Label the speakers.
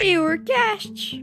Speaker 1: Viewer casts.